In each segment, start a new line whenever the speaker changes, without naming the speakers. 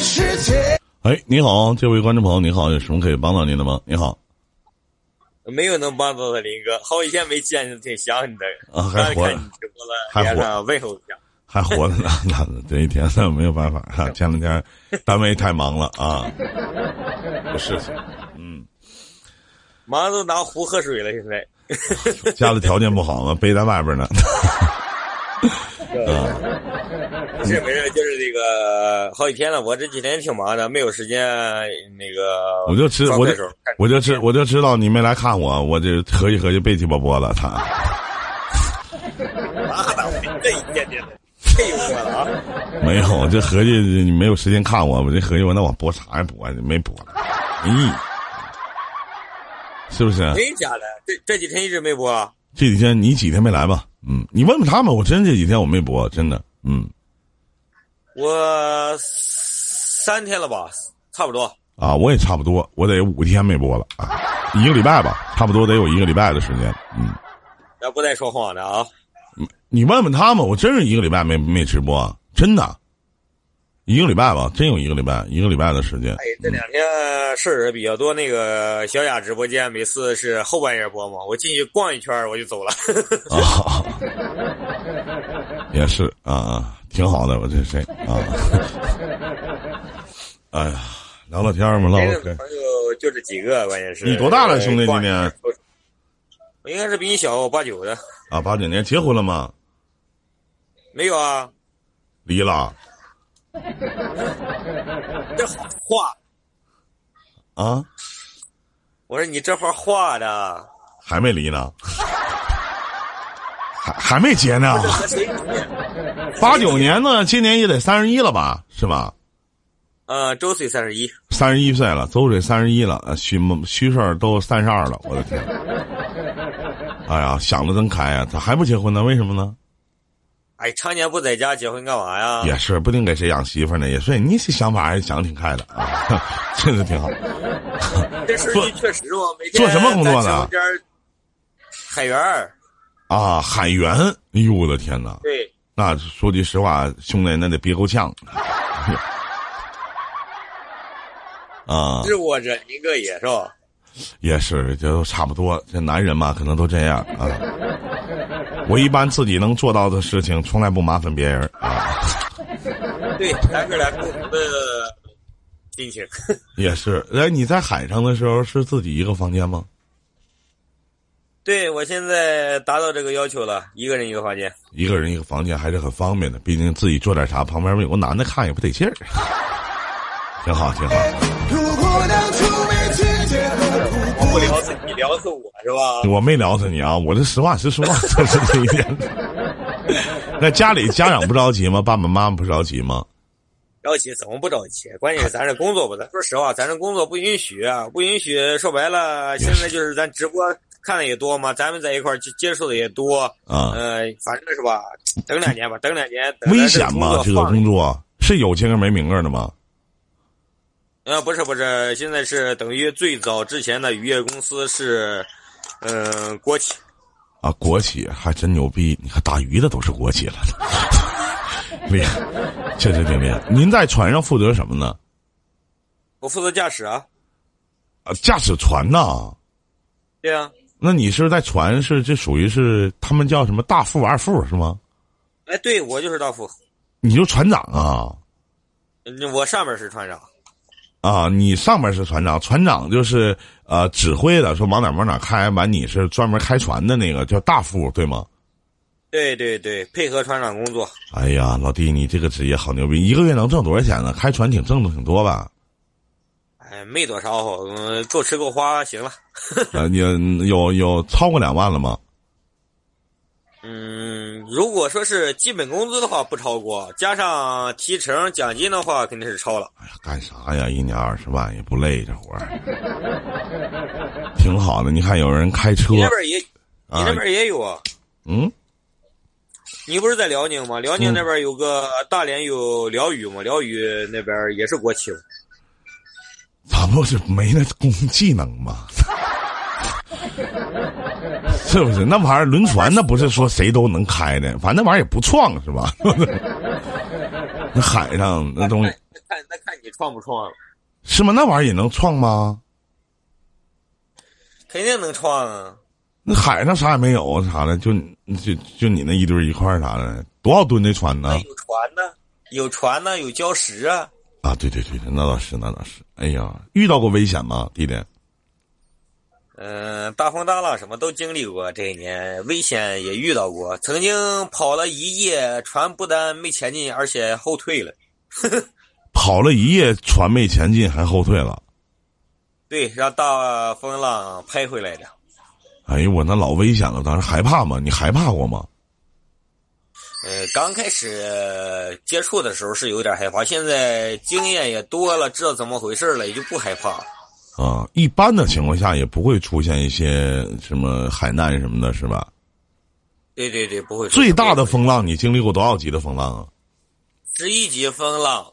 世界。
哎，你好，这位观众朋友，你好，有什么可以帮到您的吗？你好，
没有能帮到的林哥，好几天没见，挺想你的。
啊还活着
刚才看你直播了，
还活着
连上问候一下。
还活着呢，那这一天那没有办法 啊，前两天单位太忙了啊，有事 情，嗯，
忙都拿壶喝水了，现在。
家里条件不好嘛，背在外边呢， 啊，
没事没事，就是这个好几天了，我这几天挺忙的，没有时间那个。
我就知
刷
我
快
就
手看
我就知我就知道你没来看我，我就合计合计背气波波了，他
拉倒，啊这一天天的，这又说了啊。
没有，我就合计你没有时间看我，我这合计我那我播啥呀播呀，没播了，没意义，是不是？
真假 的？这这几天一直没播啊。
这几天你几天没来吧？嗯，你问问他们，我真这几天我没播，真的，嗯
我三天了吧，差不多。
啊，我也差不多，我得五天没播了啊，一个礼拜吧，差不多得有一个礼拜的时间，嗯，
咱不带说谎的啊。
你问问他们，我真是一个礼拜没没直播，啊真的，一个礼拜吧，真有一个礼拜，一个礼拜的时间
哎，，这两天事儿也比较多，那个小雅直播间每次是后半夜播嘛，我进去逛一圈儿我就走了。
啊，也是啊啊，挺好的，我这谁啊？哎呀，聊聊天嘛，唠
真
唠
正的
嗑
朋。友就这几个，关键是。
哦
呃
你多大了兄弟
逛
今年？
我应该是比你小八九的。
啊，八九年结婚了吗？
没有啊，
离了啊
这好话，
啊？
我说你这话话的，
还没离呢， 还还没结呢，
和谁比？
八九年呢，今年也得三十一了吧，是吧？
呃，周岁三十一，
三十一岁了，周水三十一了，呃虚梦虚事儿都三十二了，我的天！哎呀，想的真开呀、咋还不结婚呢？为什么呢？
哎，常年不在家，结婚干嘛呀？
也是不定给谁养媳妇儿呢，也是你这想法还是想得挺开的啊， 真是挺好。
这事儿
做
确实嘛，每天
做什么工作呢
咱小点儿海员儿，
啊，海员，哎呦我的天哪！
对，
那说句实话，兄弟，那得憋够呛。啊，
是我这林哥也是吧？
也是，这都差不多。这男人嘛，可能都这样啊。我一般自己能做到的事情，从来不麻烦别人啊。
对，咱哥俩共同的心情。
也是，哎，你在海上的时候是自己一个房间吗？
对我现在达到这个要求了，一个人一个房间。
一个人一个房间还是很方便的，毕竟自己做点啥，旁边有个男的看也不得劲儿。 挺好，挺好。
如果当初没拒绝何苦
不聊自己，聊是我是吧？
我没聊死你啊，我这实话实说，这是这一点。 那家里家长不着急吗？爸爸妈妈不着急吗？
着急怎么不着急？关键是咱这工作不在。说实话，咱这工作不允许啊，不允许。说白了，现在就是咱直播看的也多嘛，咱们在一块儿接接触的也多。
啊、
呃，反正是吧，等两年吧，等两年。等
危
咱这
险吗？这
哎工
个
作放
工作是有钱跟没名儿的吗？
呃，不是不是，现在是等于最早之前的渔业公司是，嗯，国企。
啊，国企还真牛逼！你看打鱼的都是国企了， 厉害，确实挺厉害。您在船上负责什么呢？
我负责驾驶啊，
啊，驾驶船呐。
对啊，
那你是在船是这属于是他们叫什么大副二副是吗？
哎，对我就是大副，
你就船长啊
嗯我上面是船长。
啊！你上面是船长，船长就是呃指挥的，说往哪儿往哪儿开，完你是专门开船的那个叫大副对吗？
对对对，配合船长工作。
哎呀，老弟，你这个职业好牛逼，一个月能挣多少钱呢？开船挺挣的挺多吧？
哎，没多少，嗯，够吃够花，行了。
呃，你有有超过两万了吗？
嗯，如果说是基本工资的话，不超过，加上提成奖金的话，肯定是超了。
干啥哎呀？一年二十万也不累，这活儿挺好的。你看有人开车
你那边也，
啊
你那，边也有啊？
嗯，
你不是在辽宁吗？辽宁那边有个大连有辽宇吗？辽宇那边也是国企吗，
咱们是没那工技能嘛， 是不是？那玩意儿轮船，那不是说谁都能开的，反 正那玩意儿也不撞，是吧？那海上那东西
那看那看你给创不创了，
是吗？那玩意儿也能创吗？
肯定能创啊。
那海上啥也没有啥的，就就就你那一堆一块儿啥的，多少吨的船呢
那？有船呢，有船呢，有礁石啊。
啊，对对对，对那倒是那倒是。哎呀，遇到过危险吗，弟弟？
嗯、大风大浪什么都经历过，这一年危险也遇到过，曾经跑了一夜，船不但没前进，而且后退了。
跑了一夜，船没前进，还后退了。
对，让大风浪拍回来的。
哎呦我那老危险了，当时害怕吗？你害怕过吗？
呃，刚开始呃接触的时候是有点害怕，现在经验也多了，知道怎么回事了，也就不害怕了。
啊，一般的情况下也不会出现一些什么海难什么的，是吧？
对对对，不会。
最大的风浪，你经历过多少级的风浪啊？
十一级风浪，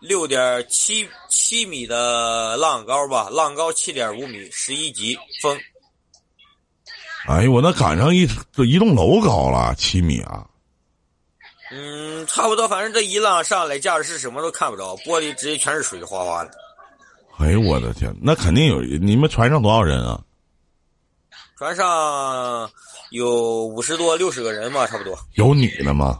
六点七七米的浪高吧，浪高七点五米，十一级风。
哎呦，我那赶上一一栋楼高了，七米啊！
嗯，差不多，反正这一浪上来，驾驶室什么都看不着，玻璃直接全是水哗哗的。
哎呦，我的天，那肯定有。你们船上多少人啊？
船上有五十多六十个人吧，差不多。
有女的吗？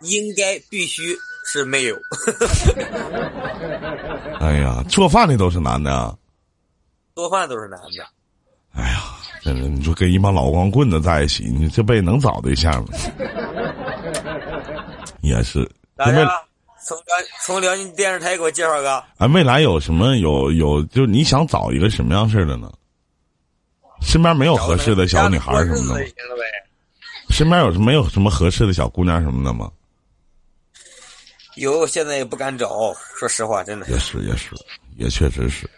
应该必须是没有，
哎呀，做饭的都是男的啊！
做饭都是男的。
哎呀，真是，你说跟一帮老光棍子在一起，你这辈子能找对象吗？也是，
咋
因为
的？从辽从辽宁电视台给我介绍个，
哎，未来有什么有有，就是你想找一个什么样式的呢？身边没有合适的小女孩什么的
过
吗
日子？就行了呗。
身边有什么没有什么合适的小姑娘什么的吗？
有，现在也不敢找，说实话，真的，
也是，也是，也确实是。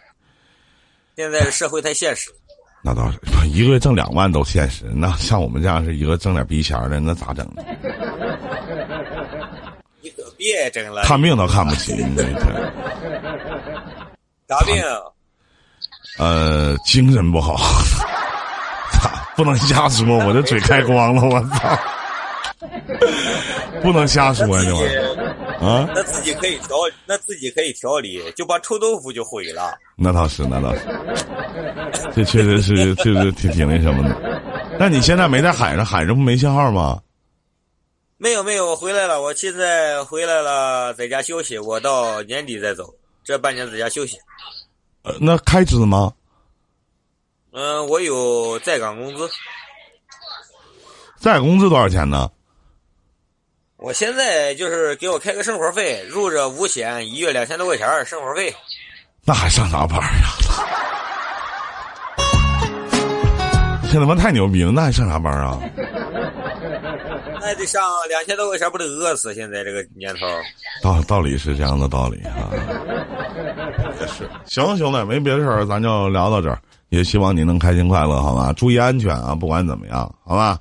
现在社会太现实。
那倒是，一个月挣两万都现实。那像我们这样是一个挣点逼钱儿的，那咋整呢？
你可别整了，
看病都看不起。你这天
啥病？
呃，精神不好， 操，不能瞎说，我这嘴开光了，我操，不能瞎说这
那自
玩
己
意儿啊！
那自己可以调，那自己可以调理，就把臭豆腐就毁了。
那倒是，那倒是，这确实是，确实挺挺那什么的。那你现在没在海上，海上不没信号吗？
没有没有，我回来了，我现在回来了，在家休息，我到年底再走，这半年在家休息。
呃，那开支吗？
嗯，我有在岗工资，
在工资多少钱呢？
我现在就是给我开个生活费，入着五险，一月两千多块钱儿生活费。
那还上啥班啊呀、 这他妈太牛逼了！那还上啥班啊？
那得上两千多块钱，不得饿死？现在这个年头，
道道理是这样的道理啊，也是。行，兄弟，没别的事儿，咱就聊到这儿。也希望你能开心快乐，好吧？注意安全啊，不管怎么样，好吧？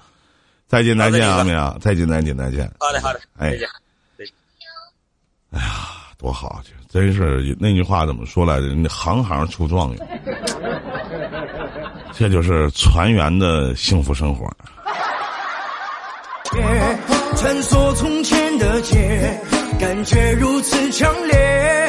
再见，再见，
好
阿
的李
米啊！再见，再见，再见。
好嘞好嘞，
哎
再见。
多好，这真是那句话怎么说来着？那行行出状元，这就是船员的幸福生活。啊
穿梭从前的街，感觉如此强烈。